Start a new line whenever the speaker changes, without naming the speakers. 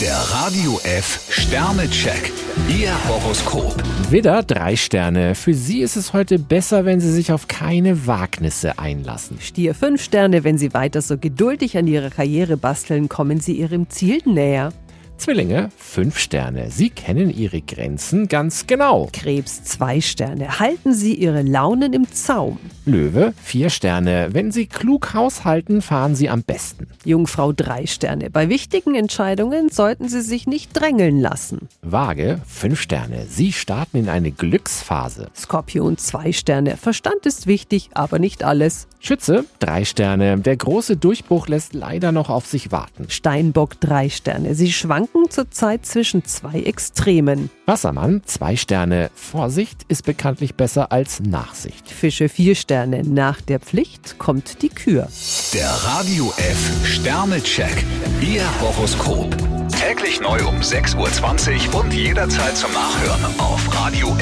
Der Radio F Sternecheck. Ihr Horoskop.
Widder, drei Sterne. Für Sie ist es heute besser, wenn Sie sich auf keine Wagnisse einlassen.
Stier fünf Sterne, wenn Sie weiter so geduldig an Ihrer Karriere basteln, kommen Sie Ihrem Ziel näher.
Zwillinge, fünf Sterne. Sie kennen Ihre Grenzen ganz genau.
Krebs zwei Sterne, halten Sie Ihre Launen im Zaum.
Löwe, vier Sterne. Wenn Sie klug haushalten, fahren Sie am besten.
Jungfrau drei Sterne, bei wichtigen Entscheidungen sollten Sie sich nicht drängeln lassen.
Waage, fünf Sterne. Sie starten in eine Glücksphase.
Skorpion zwei Sterne, Verstand ist wichtig, aber nicht alles.
Schütze, drei Sterne. Der große Durchbruch lässt leider noch auf sich warten.
Steinbock drei Sterne, Sie schwanken zurzeit zwischen zwei Extremen.
Wassermann, zwei Sterne. Vorsicht ist bekanntlich besser als Nachsicht.
Fische vier Sterne, nach der Pflicht kommt die Kür.
Der Radio F Sternecheck. Ihr Horoskop. Täglich neu um 6.20 Uhr und jederzeit zum Nachhören auf Radio